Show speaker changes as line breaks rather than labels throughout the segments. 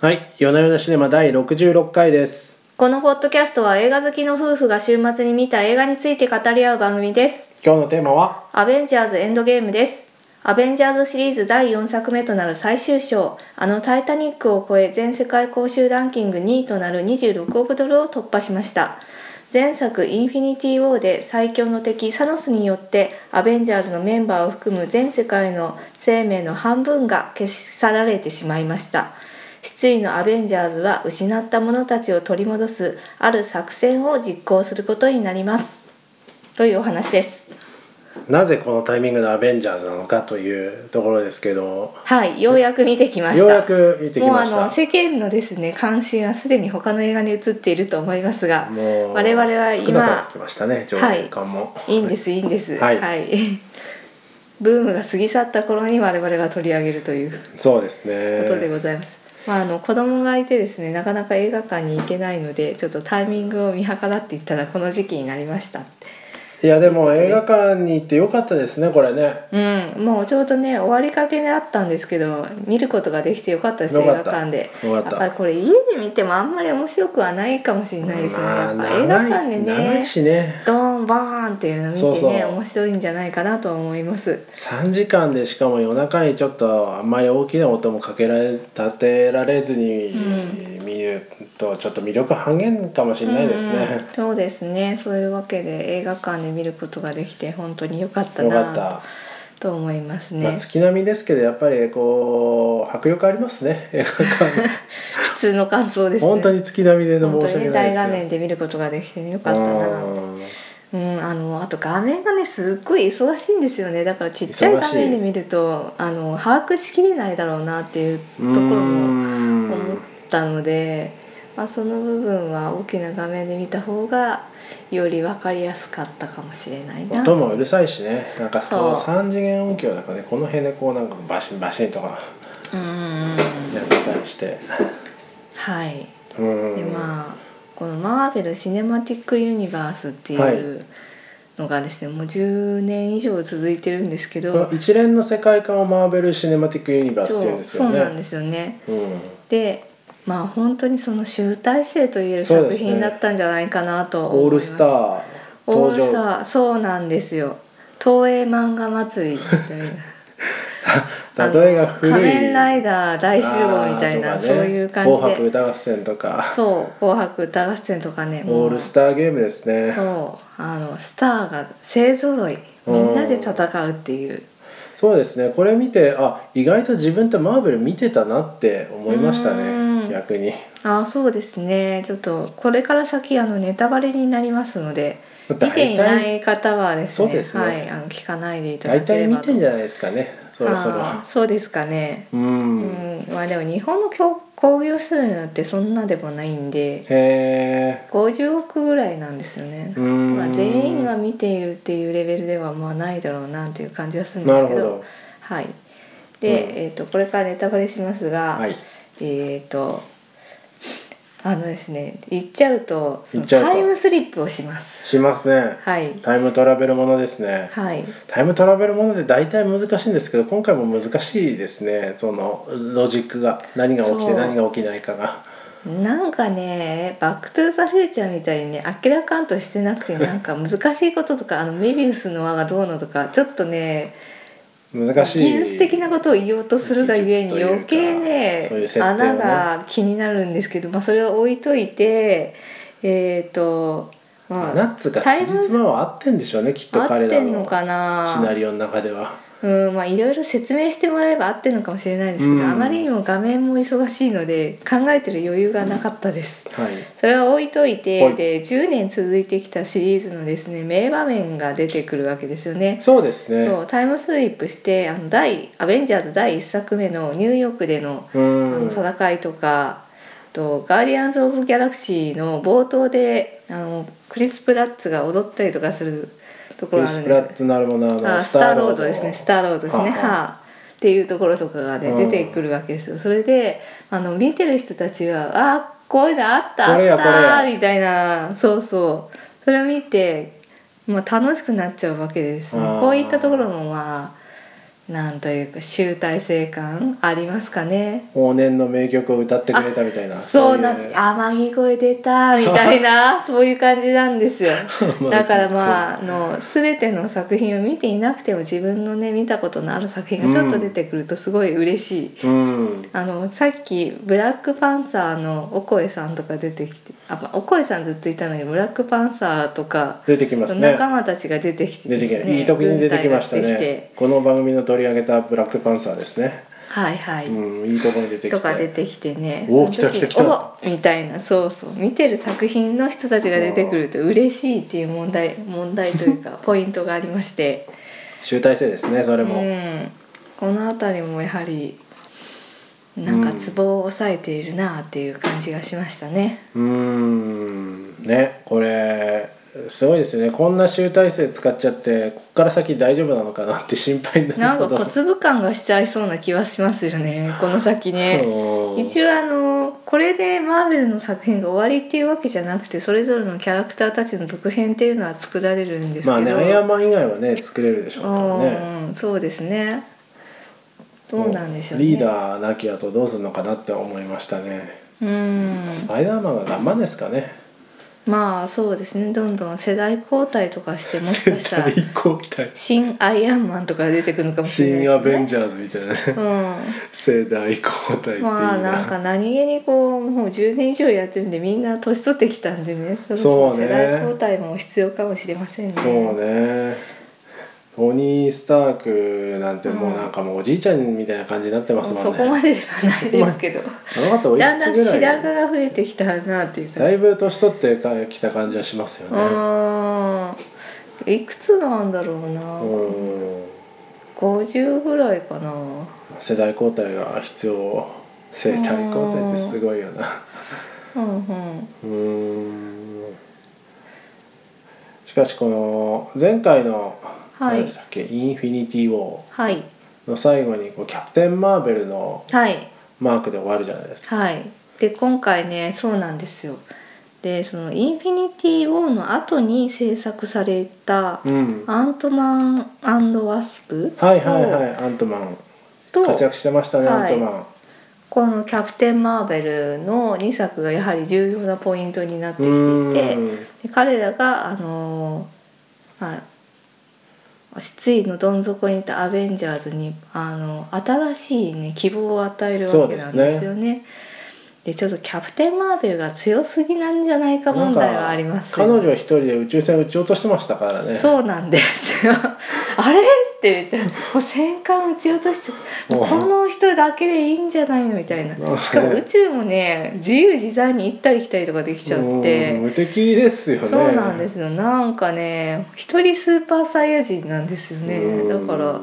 はい、夜な夜なシネマ第66回です。
このポッドキャストは映画好きの夫婦が週末に見た映画について語り合う番組です。
今日のテーマは、
アベンジャーズエンドゲームです。アベンジャーズシリーズ第4作目となる最終章、あのタイタニックを超え全世界公衆ランキング2位となる26億ドルを突破しました。前作インフィニティ・ウォーで最強の敵サノスによってアベンジャーズのメンバーを含む全世界の生命の半分が消し去られてしまいました。失意のアベンジャーズは失った者たちを取り戻すある作戦を実行することになりますというお話です
なぜこのタイミングのアベンジャーズなのかというところですけど、
はいようやく見てきました
ようやく見てきまし
もうあ
た。
の世間のですね関心はすでに他の映画に移っていると思いますが
もう
我々は
少なくなっ
今
てきましたね、上
はい
映感も。
いいんですいいん です
はい
ブームが過ぎ去った頃に我々が取り上げるというこ
そうです
と
ね。
でございます、まあ、あの子供がいてですねなかなか映画館に行けないのでちょっとタイミングを見計らっていったらこの時期になりました
いやでも映画館に行ってよかったですね、これね。
うん、もうちょうどね終わりかけにあったんですけど見ることができてよかったです
よ
映
か
画
った
館で
よか
や
っ
ったぱりこれ家で見てもあんまり面白くはないかもしれないですね、
まあ
やっぱ映画
長
館
い
で
長い
ね
しね。
ドーンバーンっていうの見てね
そうそう
面白いんじゃないかなと思います
3時間でしかも夜中にちょっとあんまり大きな音もかけられ立てられずに見るとちょっと魅力半減かもしれないですね。
うんうんそうですねそういうわけで映画館で見ることができて本当に良かった
よかっ
な
た。
と思います
まあ、
ね
月並みですけどやっぱりこう迫力ありますね映画館
普通の感想です
本当に月並みで申
本当
し
に
訳
ね
ない
大
ですよ
画面で見ることができてね良かったなとうん、あのあと画面がねすっごい忙しいんですよねだからちっちゃい
忙しい
画面で見るとあの把握しきれないだろうなっていうところも
も
思ったので、まあ、その部分は大きな画面で見た方がより分かりやすかったかもしれないな。
音もうるさいしねなんかこう
そう
3次元音響なんかねこの辺でこうなんかバシンバシンとか
うん
やってたりして
はい、
うん
でまあこの「マーベル・シネマティック・ユニバース」っていうのがですね、もう10年以上続いてるんですけ
この
ど
一連の世界観をマーベル・シネマティック・ユニバースっていうんですよ
そう
ね
なんですよね。
うん
でまあ本当にその集大成といえる
そう
作
ですね
品だったんじゃないかなと
オー
思い
ル
ます
スター
オー
登
ルスタ
場
ーそうなんですよ東映漫画祭りみた いなあの
例えが古い
仮面ライダー大集合みたいな、
あーとかね
そういう感じ
紅白
で
歌合戦とか
そう「紅白歌合戦」とかね
オールスターゲームですね
そうあのスターが勢ぞろいみんなで戦うっていう
そうですねこれ見てあ意外と自分ってマーベル見てたなって思いました
うん
ね逆に
あーそうですねちょっとこれから先あのネタバレになりますので
だ
見ていない方はです
そう
ね
ですね
はい、あの聞かないでいただ
大
け
体
れ
見
ば
てんじゃないですかねそろそろ
あーそうですかね、
う、
うん
へ
んまあ、でも日本の興興行数ってそんなでもないんで
え
50億ぐらいなんですよね、
うん
まあ、全員が見ているっていうレベルではまあないだろうなっていう感じはするんですけ
な
ど
るほど
はいで、
うん
えー、とこれからネタバレしますが、
はい
えー、とあのですね行っちゃうとその
行っちゃうと
タイムスリップをします
しますね
はい
タイムトラベルものですね
はい
タイムトラベルもので大体難しいんですけど今回も難しいですねそのロジックが何が起き
そ
て
う
何が起きないかが
なんかね「バック・トゥ・ザ・フューチャー」みたいにね明らかんとしてなく てなんか難しいこととか「あのメビウスの輪がどうの」とかちょっとね
難しい
技術的なことを言おうとするがゆえ
技術とい
に
うか
余計ね
そういう設定をね
穴が気になるんですけど、まあ、それを置いといてえっ、とま
ナ
あ
ッツが
タイム
辻褄は合ってんでしょうねきっと
合っ
彼
て
ら
んの
のシ
かな
ナリオの中では
うんまあいろいろ説明してもらえば合ってるのかもしれないですけど、
うん
あまりにも画面も忙しいので考えてる余裕がなかったです。
はい
それは置いといて、
はい
で10年続いてきたシリーズのですね名場面が出てくるわけですよね。
そうですね
そうタイムスリップしてあの第アベンジャーズ第1作目のニューヨークでの,、
う
あの
ん
戦いとかあとガーディアンズ・オブ・ギャラクシーの冒頭であのクリス・プラッツが踊ったりとかするとこ
ク
ろ
リ
ある
ス・
ん
プ
です
ラッツなるものの
あスターロードですねスターロードですね
はあはあ
はあっていうところとかがね
うん
出てくるわけですよそれであの見てる人たちは「あこういうのあったあ
これ
っ
やこれや
た」みたいなそうそうそれを見て、まあ、楽しくなっちゃうわけでですね
あー
こういったところもまあなんというか集大成感ありますかね
往年の名曲を歌ってくれたみたいな
そうなんです
い
天城越え出たみた いなそういう感じなんですよ
まあ
だからまああの全ての作品を見ていなくても自分のね見たことのある作品がちょっと出てくるとすごい嬉しい、
うん
あのさっきブラックパンサーのおこえさんとか出てきてあまおこえさんずっといたのにブラックパンサーとか
出てきますね
仲間たちが出てきて
出
で
てき
す
た
ね
いい時に出てきました
軍隊が出
ね
て
この番組の取り上げた「ブラックパンサー」ですね、
きてはいはい、
うん、いいとこに出てきて
とか出てきてね
おー
その
来
時
た来た来た
おみたいなそうそう見てる作品の人たちが出てくると嬉しいっていう問題問題とい うかポイントがありまして
集大成ですねそれも、
うん、この辺りもやはりなんかツボを押さえているなっていう感じがしましたね。
うーんねこれすごいですねこんな集大成使っちゃってこっから先大丈夫なのかなって心配に
な
なる
ん
ほ
か
ど
小粒感がしちゃいそうな気はしますよねこの先ね。
うん
一応あのこれでマーベルの作品が終わりっていうわけじゃなくてそれぞれのキャラクターたちの続編っていうのは作られるんですけど、
まあねアイアンマン以外はね作れるでしょうからね
うんそうですねどうなんでしょうね
リーダーなき後どうするのかなって思いましたね、
うん
スパイダーマンが何万ですかね
まあそうですねどんどん世代交代とかしても しかしたら
世代交代
新アイアンマンとか出てくるのかもしれない
新
ですね
アベンジャーズみたいなね
うん
世代交代っていう
まあなんか何気にこうもう10年以上やってるんでみんな年取ってきたんでねそろそろ
そうね
世代交代も必要かもしれませんね。
そうねトニー・スタークなんてもうなんかもうおじいちゃんみたいな感じになってますもんね
そこまでではないですけど
あの方おい
だんだ
く
ん
つぐら
白
い
髪が増えてきたなっていう感
だ
じ
いぶ年取ってかきた感じはしますよ
う
ね
ーんいくつなんだろうな、
うん
50ぐらいかな
世代交代が必要世代交代ってすごいよな
うんうん
うんしかしこの前回の
はい
何でしたっけ、インフィニティ・ウォ
はい
ーの最後にこうキャプテン・マーベルの
はい
マークで終わるじゃないですか
はいで今回ねそうなんですよでその「インフィニティ・ウォー」の後に制作された
うん
アントマンワスプと,、
はいはいはいアントマン
と
活躍してましたね、
はい
アントマン
この「キャプテン・マーベル」の2作がやはり重要なポイントになって
う
きていて
ーん
で彼らがあのーまあ、失意のどん底にいたアベンジャーズにあの新しい、ね、希望を与えるわけなんですよね。でちょっとキャプテン・マーベルが強すぎなんじゃないか問題はありますよ
なんか彼女一人で宇宙船撃ち落としてましたからね
そうなんですよ あれって言ってもう戦艦撃ち落としちゃったもうこの人だけでいいんじゃないのみたいな
なんかね
しかも宇宙もね自由自在に行ったり来たりとかできちゃって
うん無敵ですよね
そうなんですよなんかね一人スーパーサイヤ人なんですよね
う
だ
ん
から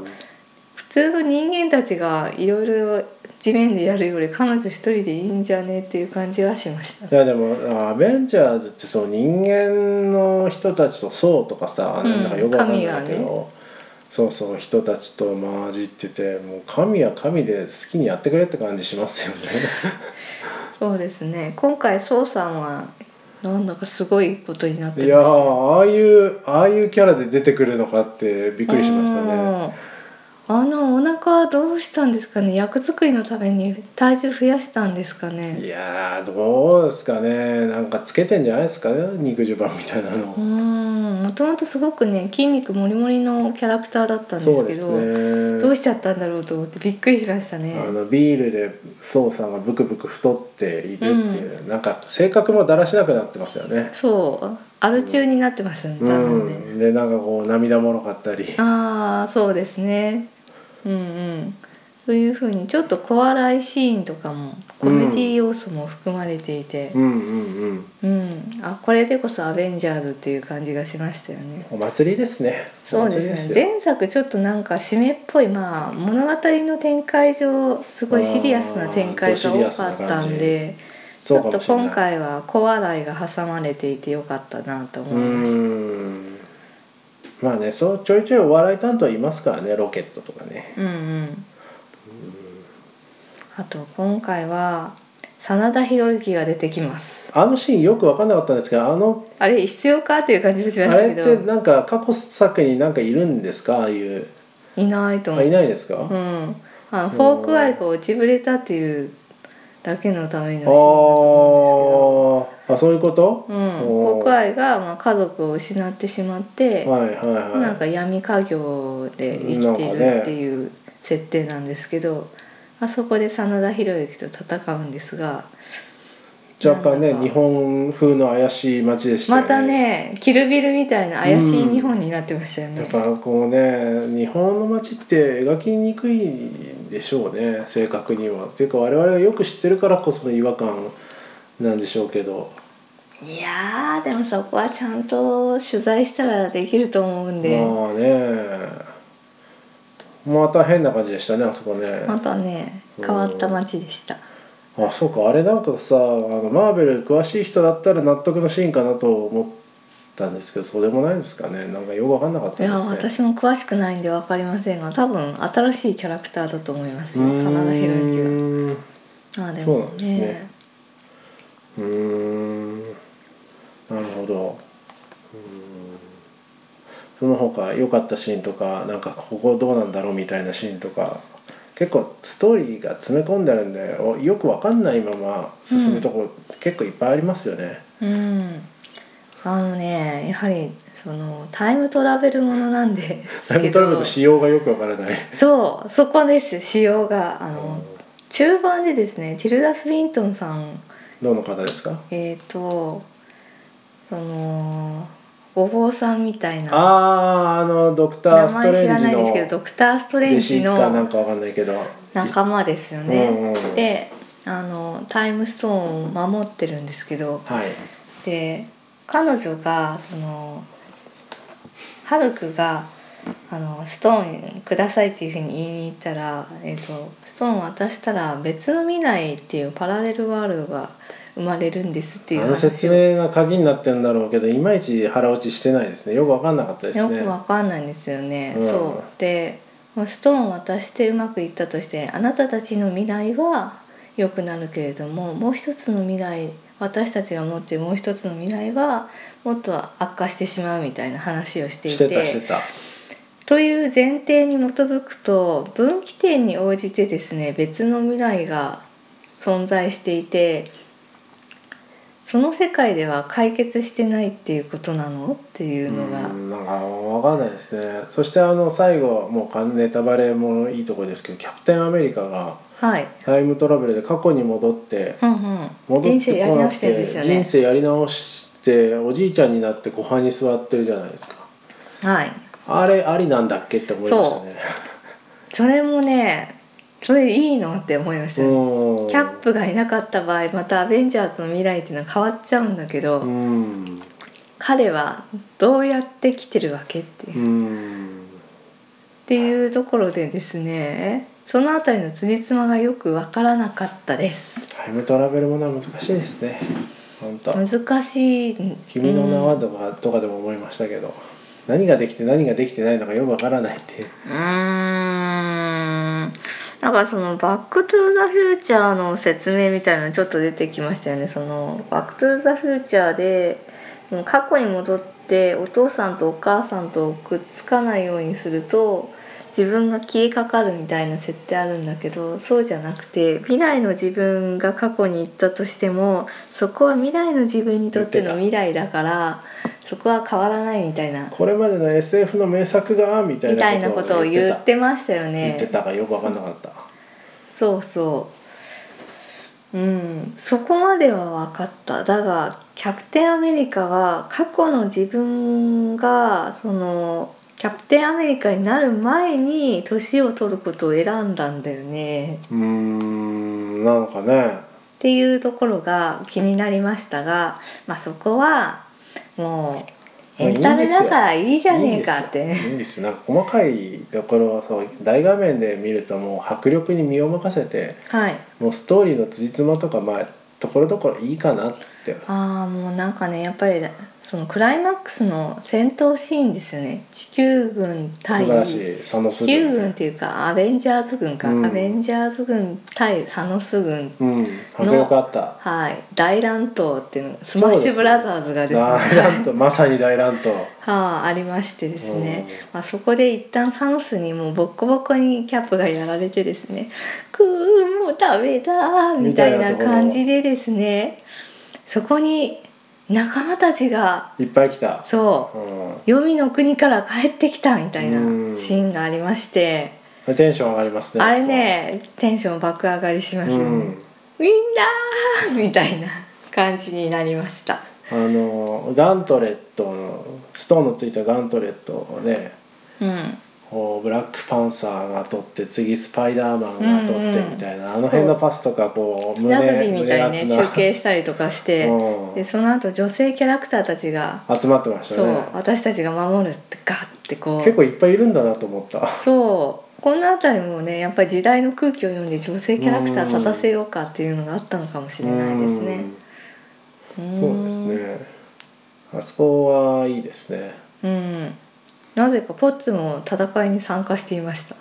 普通の人間たちがいろいろ地面でやるより彼女一人でいいんじゃねっていう感じはしました
いやでもアベンジャーズってその人間の人たちとそうとかさ、
うん
なんかよくわかんないけど、
神がね
そうそう人たちと混じっててもう神は神で好きにやってくれって感じしますよね
そうですね今回宋さんはなんだかすごいことになってま
い
し
や
た
ーああいうああいうキャラで出てくるのかってびっくりしましたね
うんあのお腹どうしたんですかね役作りのために体重増やしたんですか
い
ね
やーどうですかねなんかつけてんじゃないですかね肉襦袢みたいなの、
うんもともとすごくね筋肉もりもりのキャラクターだったんで
そ
す
う
け
です
ど
ね
どうしちゃったんだろうと思ってびっくりしましたね
あのビールでソウさんがブクブク太っているっていう、なんか性格もだらしなくなってますよね
そうアル中になってますね、
う
だんだんね
んでなんかこう涙もろかったり
ああそうですねうんうんというふうにちょっと小笑いシーンとかもコメディ要素も含まれていて、
うんうんうん
うんあこれでこそ「アベンジャーズ」っていう感じがしましたよね。
お祭りですね
そうですね
よ
前作ちょっとなんか締めっぽいまあ物語の展開上すごいシリアスな展開が多かったんでち
そ
ょ
うか
っと
もしれない
今回は小笑いが挟まれていてよかったなと思いました。
うんまあねそうちょいちょいお笑い担当いますからねロケットとかね
うんうん、あと今回は真田広之が出てきます
あのシーンよく分かんなかったんですけどあの
あれ必要かっていう感じもしま
あ
した
れ
け
って
ど
なんか過去作になんかいるんですかああいう
いないと思
あ
う
いないですか、あ
うん、あのフォークアイが落ちぶれたっていうだけのためのシーンだ
あ
と思
ーあそういうこと、
うんですけど、うん、フォ
おー
ークアイがまあ家族を失ってしまって、
はいはいはい
なんか闇家業で生きてるっていう設定なんですけど、あそこで真田広之と戦うんですが
若干ね
なんだか
日本風の怪しい街でしたよ
またねキルビルみたいな怪しい日本になってましたよね。
やっぱこうね日本の街って描きにくいでしょうね正確には。っていうか我々がよく知ってるからこその違和感なんでしょうけど、
いやーでもそこはちゃんと取材したらできると思うんで、
まあねまた変な感じでしたねあそこね。
またね変わった街でした。
あそうかあれなんかさあのマーベル詳しい人だったら納得のシーンかなと思ったんですけどそうでもないですかねなんかよく分かんなかった
い
です
や
ね。
私も詳しくないんで分かりませんが多分新しいキャラクターだと思いますよ真田広
う
之
ーん
が。あで
そう
も
なんですねうーんなるほどうーんその他良かったシーンとかなんかここどうなんだろうみたいなシーンとか結構ストーリーが詰め込んであるんでおよく分かんないまま進むとこ、結構いっぱいありますよね。
うんあのねやはりそのタイムトラベルものなんです
タイ
け
ムトラベル
ど
の仕様がよく分からない。
そうそこです仕様があの
う
中盤でですねティルダ・スウィントンさん
どの方ですか
えっ、とそのお坊さんみたい
あ
な
ああのドクタ
名
ー・スト
前知
レン
ら
ジ
ない
の
ですけどドクター・ストレン
弟子
ジの
かなんかわかんないけど
仲間ですよね。
うんうん
であのタイムストーンを守ってるんですけど
はい
で彼女がそのハルクがあの「ストーンください」っていうふうに言いに行ったら、えっとストーン渡したら別の未来っていうパラレルワールドが生まれるんですっていう
あの説
話を
明が鍵になってるんだろうけどいまいち腹落ちしてないですねよく分かんなかったです
よ
ね
くわかんないんですよね。
うん
そうでストーンを渡してうまくいったとしてあなたたちの未来は良くなるけれどももう一つの未来私たちが持っているもう一つの未来はもっと悪化してしまうみたいな話をしてい
して
て
たしてた
という前提に基づくと分岐点に応じてですね別の未来が存在していてその世界では解決してないっていうことなのっていうのが。
うんなんか分かんないですねそしてあの最後もう完ネタバレもいいとこですけどキャプテンアメリカが
はい
タイムトラベルで過去に戻って
うんうん、
戻ってこなくて
人生やり直してるんですよね
人生やり直しておじいちゃんになって湖畔に座ってるじゃないですか
はい
あれありなんだっけって思いましたね。
それもねそれいいのって思いましたね
うん
キャップがいなかった場合またアベンジャーズの未来っていうのは変わっちゃうんだけど、
うん。
彼はどうやって来てるわけっていう,、
う
っ
ん。
ていうところでですねそのあたりのつじつまがよくわからなかったです
タイムトラベルものは難しいですね。本当。
難しい
君の名は
うん
とか、とかでも思いましたけど。何ができて何ができてないのかよくわからないっていう。
うーんなんかその「バック・トゥ・ザ・フューチャー」の説明みたいなのちょっと出てきましたよね。そのバック・トゥ・ザ・フューチャーでその過去に戻ってお父さんとお母さんとくっつかないようにすると自分が消えかかるみたいな設定あるんだけどそうじゃなくて未来の自分が過去に行ったとしてもそこは未来の自分にとっての未来だからそこは変わらないみたいな
これまでの SF の名作がみたい
みたい
な
な
こ
ことと
を
を
言
言
っ
っててましたよ
た。
ね。
言ってたがよくわかんなかった。
そうそううんそこまでは分かっただがキャプテンアメリカは過去の自分がそのキャプテンアメリカになる前に年を取ることを選んだんだよね
うーん。なんかね。
っていうところが気になりましたが、まあ、そこはもうエンタメだからいいじゃねえかって
いいんですよいいんですよなんか細かいところをそう大画面で見るともう迫力に身を任せて
はい
もうストーリーの辻褄とかまあところどころいいかなっって
ああもうなんかねやっぱりそのクライマックスの戦闘シーンですよね地球軍
素
対
晴らしいサノス
地
軍
球軍っていうかアベンジャーズ軍か、
うん
アベンジャーズ軍対サノス軍
うん迫力あった
はい大乱闘っていうのスマッシュブラザーズがですね
大乱闘まさに大乱闘
はあ、ありましてですね、
うん
まあ、そこで一旦サノスにもうボッコボコにキャップがやられてですね「くーもうダメだ」みたいな感じでですねそこに仲間たちが
いっぱい来た
そ
う
う黄泉の国から帰ってきたみたいな
うん
シーンがありまして、
んテンション上がりますね
あれねテンション爆上がりしま
あ
す
そ
よ
こ
ね、
うん
みんなーみたいな 感じになりました。
あのガントレットのストーンのついたガントレットをね
うん
こうブラックパンサーが取って次スパイダーマンが取って
うんうん
みたいな、あの辺のパスとかこう胸
ラグビーみたいにね
胸熱
中継したりとかして
うん
でその後女性キャラクターたちが、
な集まってました
そう
ね
私たちが守るってガッてこう
結構いっぱいいるんだなと思った
そうこの辺りもねやっぱり時代の空気を読んで女性キャラクター立たせようかっていうのがあったのかもしれないです
う
ね。
んそうですねあそこはいいですね
うんうんなぜかポッツも戦いに参加していました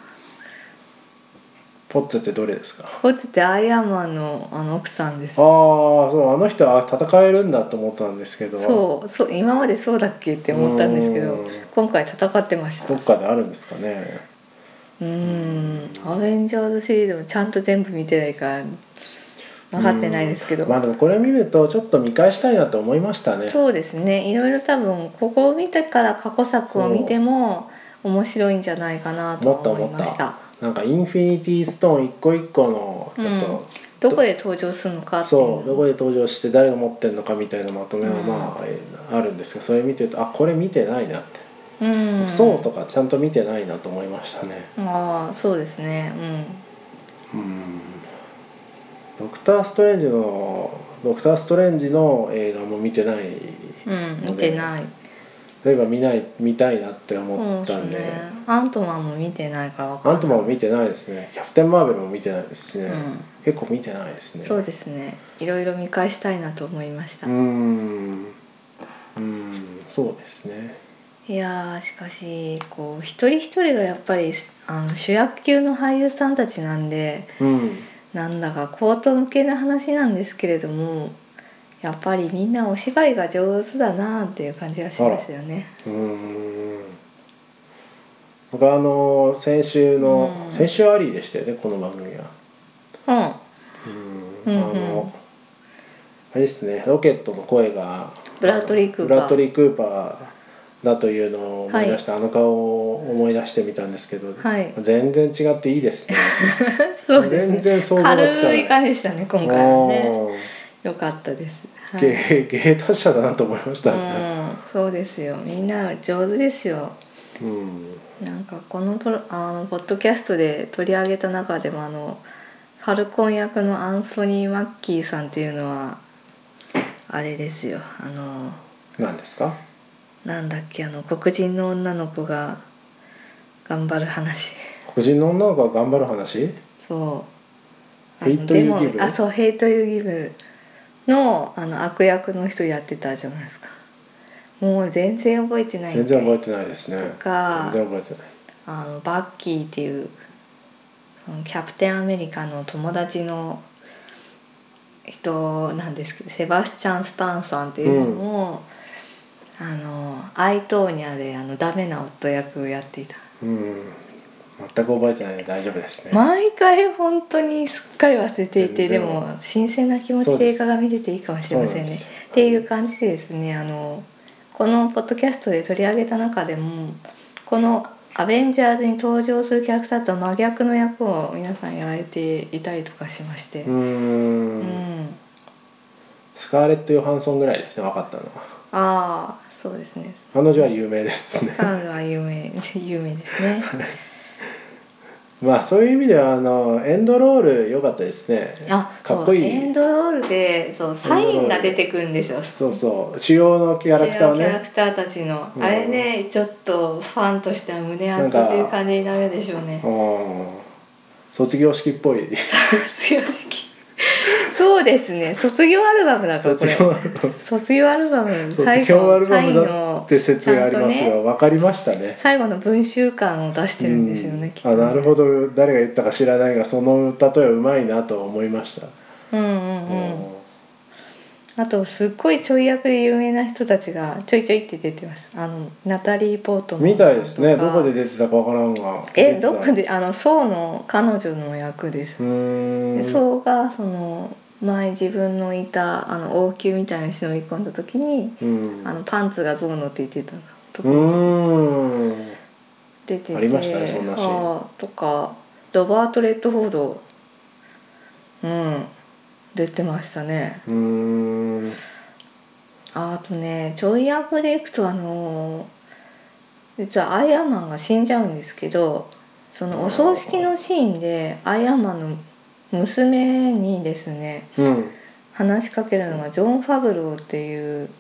ポッツってどれですか
ポッツってアイアンマンのあの奥さんで
ああ
す
そうあの人は戦えるんだと思ったんですけど
そうそう今までそうだっけって思ったんですけ
う
ど
ん
今回戦ってました
どっかであるんですかね
うん「アベンジャーズ」シリーズもちゃんと全部見てないから分かってないですけど、
うんまあでもこれ見るとちょっと見返したいなと思いましたね
そうですねいろいろ多分ここを見てから過去作を見ても面白いんじゃないかなと
思った
は思
思
い
っ
ました
たなんかインフィニティストーン一個一個のちょっと、
どこで登場するのかっていう
そうどこ
の
で登場して誰が持ってんのかみたいなまとめはまあ、えーあるんですけどそれ見てるとあこれ見てないなって、
うん
そうとかちゃんと見てないなと思いましたね
ああそうですねうん
うんドクター・ストレンジのドクター・ストレンジの映画も見てない
うん、見てない。
例えば見ない見たいなって
そ
思
う
っ
で
た
す
んで
ね。アントマンも見てないからわかん
ア
ない。
ントマンも見てないですねキャプテン・マーベルも見てないですしね、
うん
結構見てないですね
そうですね。いろいろ見返したいなと思いました。
うーんうーんそうですね
いやーしかしこう一人一人がやっぱりあの主役級の俳優さんたちなんで
うん
なんだか高等向けな話なんですけれどもやっぱりみんなお芝居が上手だなっていう感じがしますよね。
うーん僕はあの先週の、
うん
先週アリーでしたよねこの番組は
うん、
う
うん
ん
うん
あのあれですねロケットの声が
ブラッドリークーパ
ブ
ー
ラッドリークーパーだというのを思い出して、あの顔を思い出してみたんですけど、
はい
全然違っていいですね
そうですね。
全然想像がつかない
軽い感じでしたね今回はね。
も
よかったです。
う
はい。
芸芸達者だなと思いましたね、
うん、そうですよ。みんな上手ですよ。
うん
なんかこのポロあのポッドキャストで取り上げた中でもあのファルコン役のアンソニー・マッキーさんっていうのはあれですよあの
なんですか
なんだっけあの黒人の女の子が頑張る話
黒人の女の子が頑張る話
そうあ
Hate
のデモ
You Give
あそう「ヘイト・ユー・ギブ」のあの悪役の人やってたじゃないですかもう全然覚えてないんか
全然
い
覚えてないですね
とか
全然覚えてない
あのバッキーっていうそのキャプテンアメリカの友達の人なんですけどセバスチャン・スタンさんっていうのも、あのアイトーニャであのダメな夫役をやっていた
うん全く覚えてないんで大丈夫ですね、
毎回本当にすっかり忘れていて
全然
でも新鮮な気持ち
そう
で
で
映
す
画が見れていいかもしれません
そうなん
ね。
ですよ
っていう感じでですねあのこのポッドキャストで取り上げた中でもこの「アベンジャーズ」に登場するキャラクターとは真逆の役を皆さんやられていたりとかしまして、
う
うん
ーんスカーレット・ヨハンソンぐらいですね分かったのは
ああそうですね
彼女は有名ですね
彼女は有名有名ですね。
まあそういう意味ではあのエンドロール良かったですね
あ
かっこ
そうエ
い
ン
い
ドロールでそうサインが出てくるんですよ。
そうそう主要のキャラクターを
主要キャラ
ね
クターたちの、
うん
あれねちょっとファンとしては胸熱という感じになるでしょうね
うん卒業式っぽい
卒業式そうですね卒業アルバムだ からこ
卒
れ
業アルバム
卒業アルバム
卒
最
業ア
後の
ルバ
最
ムだ
後
って説があります
ちゃんと
が、分かりましたね
最後の文集感を出してるんですよ
う
ね、
ん
きっと
あ
ね、
なるほど誰が言ったか知らないがその例えうまいなと思いました、
うんうん
う
うん、あとすっごいちょい役で有名な人たちがちょいちょいって出てますあのナタリー・ポートマン
みたいですね
さんと
ど
か
こで出てたか分からんが
えどこ
出て
であのソウの彼女の役です
たうー
で
ん
ソウがその前自分のいたあの王宮みたいなのに忍び込んだ時に
うん
あのパンツがどうのって言ってたの
う
とか
ーん
出てて
ありましたねそんなシーン
あーとかロバート・レッドフォードうん出てましたね
うーん
ああとねちょい役でいくとあのー実はアイアンマンが死んじゃうんですけどそのお葬式のシーンでアイアンマンの娘にですね
うん
話しかけるのがジョン・ファブローっていう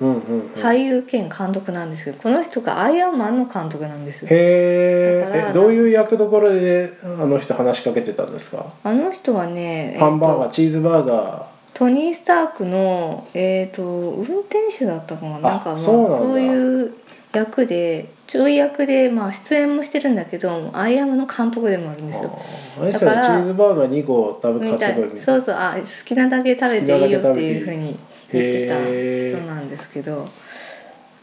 うんうんうん
俳優兼監督なんですけどこの人がアイアンマンの監督なんですよ
へ
だから
ーえどういう役どころであの人話しかけてたんですか
あの人はね、えーと
ハンバーガーチーズバーガ
トニー・スタークの、えー、と運転手だったかななんか、まあ、
そうなんだ
そういう役でちょい役で、まあ、出演もしてるんだけどアイアムの監督でもあるんです
ー
よ。
ああれです
だ
よ
か
ね
ら
チーズバーガー2個食べ買
みた
ってこい
い
みた
そ
いう
そうあ好きなだけ食べていいよっていうふうに言ってた
好きなだけ食べていい
人なんですけど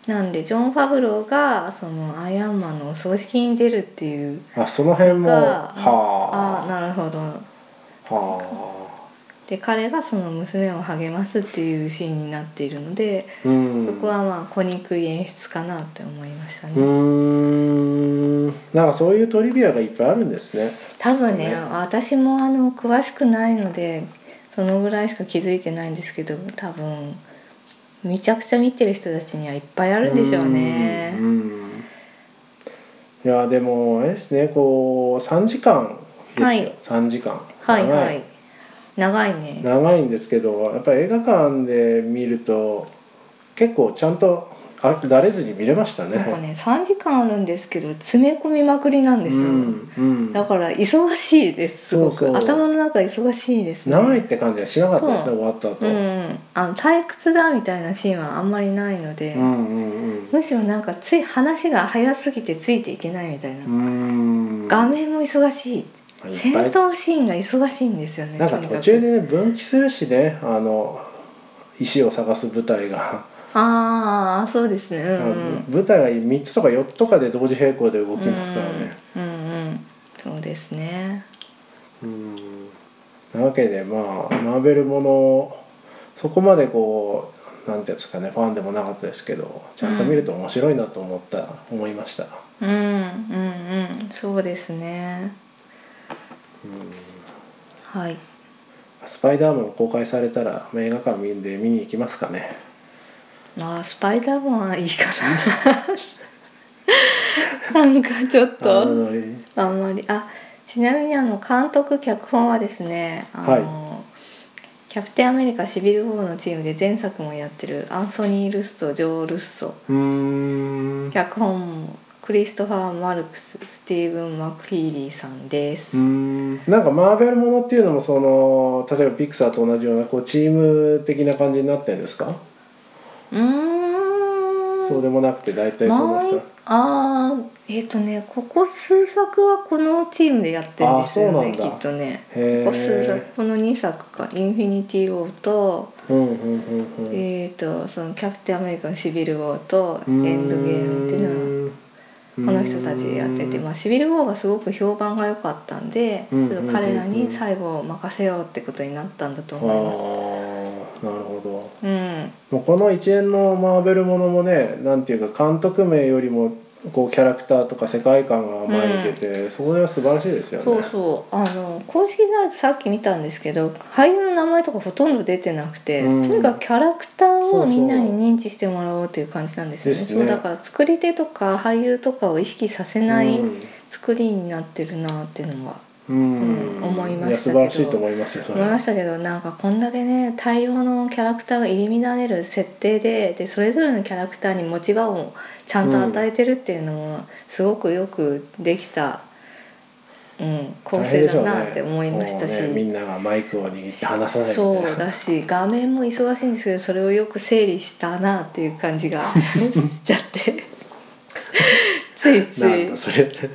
なんでジョン・ファブローがそのアイアンマンのお葬式に出るっていう
なあその辺も
がああ
は
なるほど
あは
で彼がその娘を励ますっていうシーンになっているので。
あうん
そこはまあ小憎い演出かなって思いましたね、
うーんなんかそういうトリビアがいっぱいあるんですね
多分ね
ね
私もあの詳しくないのでそのぐらいしか気づいてないんですけど多分めちゃくちゃ見てる人たちにはいっぱいあ
あ
るんでしょうね
うんうんいやでもあれですねこう3時間ですよ、
はい
3時間
はい
長
はい長いね
長いんですけどやっぱり映画館で見ると結構ちゃんとあ慣れずに見れましたね。
なんかね3時間あるんですけど詰め込みまくりなんですよ、
うんうん、
だから忙しいですすごく
そうそう
頭の中忙しいですね
長いって感じはしなかったです
そ
ね
う
終わった後、
うんあの退屈だみたいなシーンはあんまりないので、
うんうん
むしろなんかつい話が早すぎてついていけないみたいな、
うん。うん
画面も忙しい
いっぱい
戦闘シーンが忙しいんですよね
なんか
とにかく
途中でね分岐するしねあの石を探す舞台が、
ああそうですねうん、うん、
舞台が3つとか4つとかで同時並行で動きますからね。
うんうんそうですね
うんなわけでまあマーベルものそこまでこうなんていうんですかねファンでもなかったですけどちゃんと見ると面白いなと思った、思いました
うんうんうんそうですねはい
スパイダーマン公開されたら映画館見んで見に行きますかね
あースパイダーマンはいいか ななんかちょっと
あの
あんまりあちなみにあの監督脚本はですねあの、
はい
キャプテンアメリカシビル・ウォーのチームで前作もやってるアンソニー・ルッソジョー・ルッソ
うーんう
脚本もクリストファー・マルクススティーブン・マクフィーリーさんです、
ーんなんかマーベルものっていうのもその例えばピクサーと同じようなこうチーム的な感じになってるんですか、
うーん
そうでもなくて大体その人
前あーえっ、とねここ数作はこのチームでやってるんですよ
あそうな
ね
ん
き
だ
っとね
へ
ここ数作この2作か「インフィニティ・ウォー」と
ーうんうんうんうん
えー、とそのキャプテンアメリカのシビル・ウォーとエ
うーん
ンドゲームっていうのはこの人たちでやってて、まあ、シビル・ウォーがすごく評判が良かったんでち
う
ょ
ん
っと彼らに最後を任せようってことになったんだと
ああ
思います。
ーなるほど
うん、
もうこの一連のマーベルものもねなんていうか監督名よりもこうキャラクターとか世界観が前に出て、それは素晴らしいですよね
そうそうあの公式サイトさっき見たんですけど俳優の名前とかほとんど出てなくて、
うん
とにかくキャラクター
そう
を
そう
みんなに認知してもらおうっていう感じなんですよね。
です
そ
ね
うだから作り手とか俳優とかを意識させない
うん
作りになってるなっていうのは
うん
うん思いましたけど
や素晴らしいと思いますよそれ
思いましたけどなんかこんだけね大量のキャラクターが入り乱れる設定ででそれぞれのキャラクターに持ち場をちゃんと与えてるっていうのもすごくよくできた、うん、構
大変
成
でし
だ
ょうね
なって思いましたし、
もうねみんながマイクを握って話さなきゃいけ
そ
ないう
だし画面も忙しいんですけどそれをよく整理したなっていう感じがしちゃって ついつ
なん
い
だそれって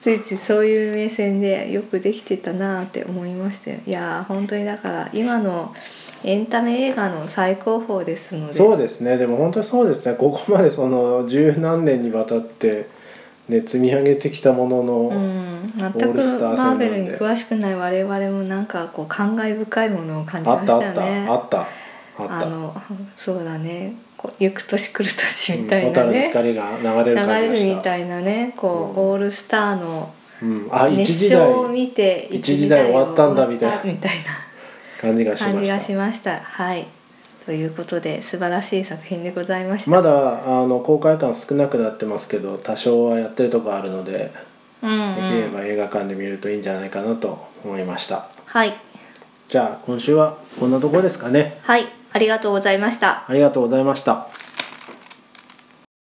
ついついそういう目線でよくできてたなって思いましたよいやー本当にだから今のエンタメ映画の最高峰ですので
そうですねでも本当にそうですねここまでその十何年にわたって、ね、積み上げてきたものの、
うん、全
オールス
く
ター戦
マ
な
ー
ん
ベ
で
ルに詳しくない我々もなんかこう感慨深いものを感じ
あ
まし
ったた
よ
あった、
ね。
あったあった
あのそうだねこう行く年来る年みた
うん
い
蛍
な
の
ね、
光が流れる
流
感じ
れ
が
る
し
み
た
たいなねこう、
うん
オールスターの
うん、あ一
熱
時代
唱を見て
一時代終わったんだみたいな
終わっみたいな
感じがしました
感じがしました。はいということで素晴らしい作品でございました。
まだあの公開感少なくなってますけど多少はやってるとこあるので、
うんうん
できれば映画館で見るといいんじゃないかなと思いました
はい
じゃあ今週はこんなところですかね
はいありがとうございました。
ありがとうございました